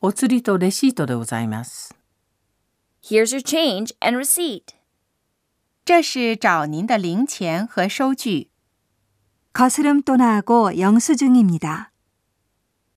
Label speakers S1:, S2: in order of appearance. S1: お釣りとレシートでございます。
S2: Here's your change and receipt.
S3: 这是找您的零钱和收据。
S4: 거스름돈하고 영수증입니다.